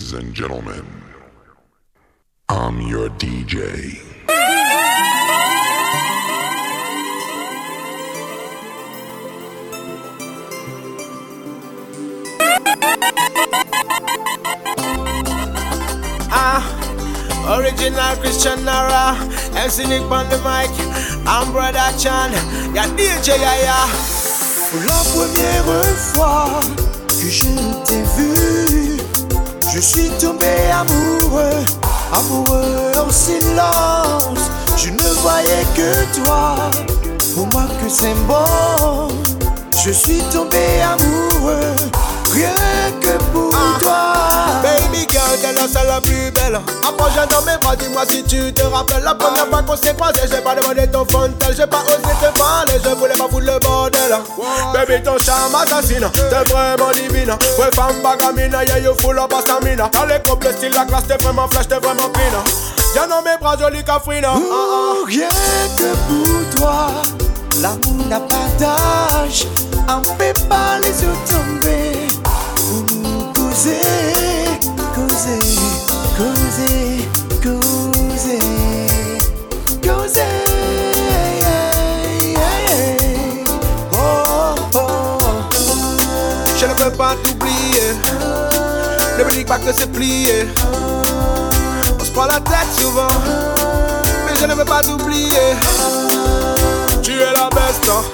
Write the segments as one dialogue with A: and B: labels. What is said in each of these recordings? A: Ladies and gentlemen, I'm your DJ.
B: Ah, original Christian Nara, MC Nick on the mic, I'm Brother Chan, y'a DJ Yaya.
C: Pour la première fois que je t'ai vu, je suis tombé amoureux, amoureux en silence. Je ne voyais que toi, pour moi que c'est bon. Je suis tombé amoureux, rien que pour toi.
B: Ah. Baby girl, t'es la seule la plus belle. Approche dans mes bras, dis-moi si tu te rappelles. La première fois qu'on s'est croisés, j'ai pas demandé ton fontel. J'ai pas osé te parler, je voulais pas foutre le bordel. Baby, ton charme assassine, t'es vraiment divine. Ouais, femme bagamine, yeah, you full of stamina. Dans les couples, style la classe, t'es vraiment flash, t'es vraiment fine. Y'a dans mes bras, jolie cafrine. Ah, ah.
C: Pour rien que pour toi, l'amour n'a pas d'âge. On fait pas les yeux tomber pour nous causer, causer, causer, causer, causer. Oh, oh.
B: Je ne veux pas t'oublier. Ne me dis pas que c'est plié. On se prend la tête souvent. Mais je ne veux pas t'oublier. Tu es la best. hein.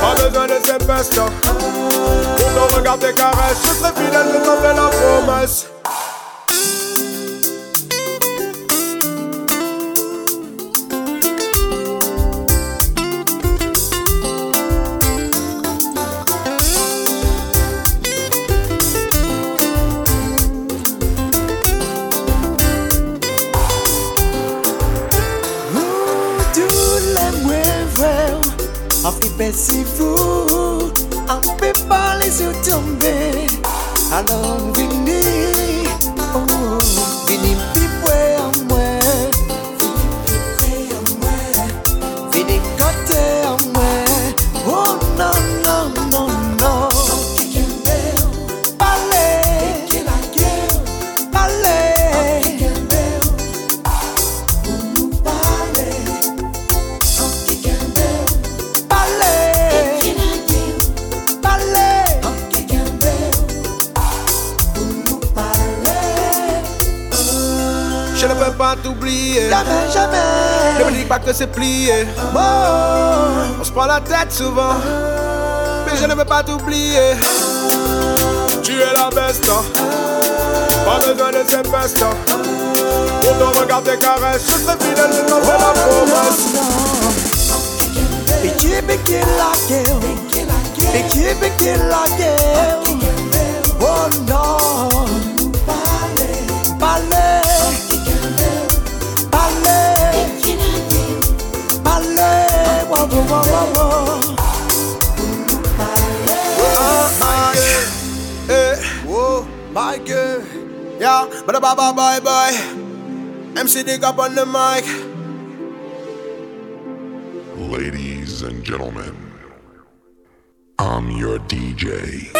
B: Pas besoin de ces pestes. hein. Pour ton regard, tes caresses. Je serai fidèle, je t'en fais la promesse.
C: Ou tou lè mwen vèw An fi pe si fou An pe pa lè sou tombe Alon vini Oh, oh, vini pi pwe an mwen Vini kote an mwen Oh, non, non, non, non Pale, pale Pale, pale
B: Je ne veux pas t'oublier.
C: Jamais,
B: Ne me
C: jamais
B: dis pas que c'est plié.
C: Oh,
B: On se prend la tête souvent. Mais je ne veux pas t'oublier. Tu es la best. hein. Pas besoin de ces pestes. hein. Pour ton regard, tes caresses. Je serai fidèle, je t'en fais la promesse.
C: Peki, peki la girl Peki, peki la girl Oh non Pale Pale Pale Wa wa wa wa wa
B: Eh,
C: Oh my girl
B: yeah, bada ba ba bye bye. MC Dick up on the mic.
A: Ladies and gentlemen, I'm your DJ.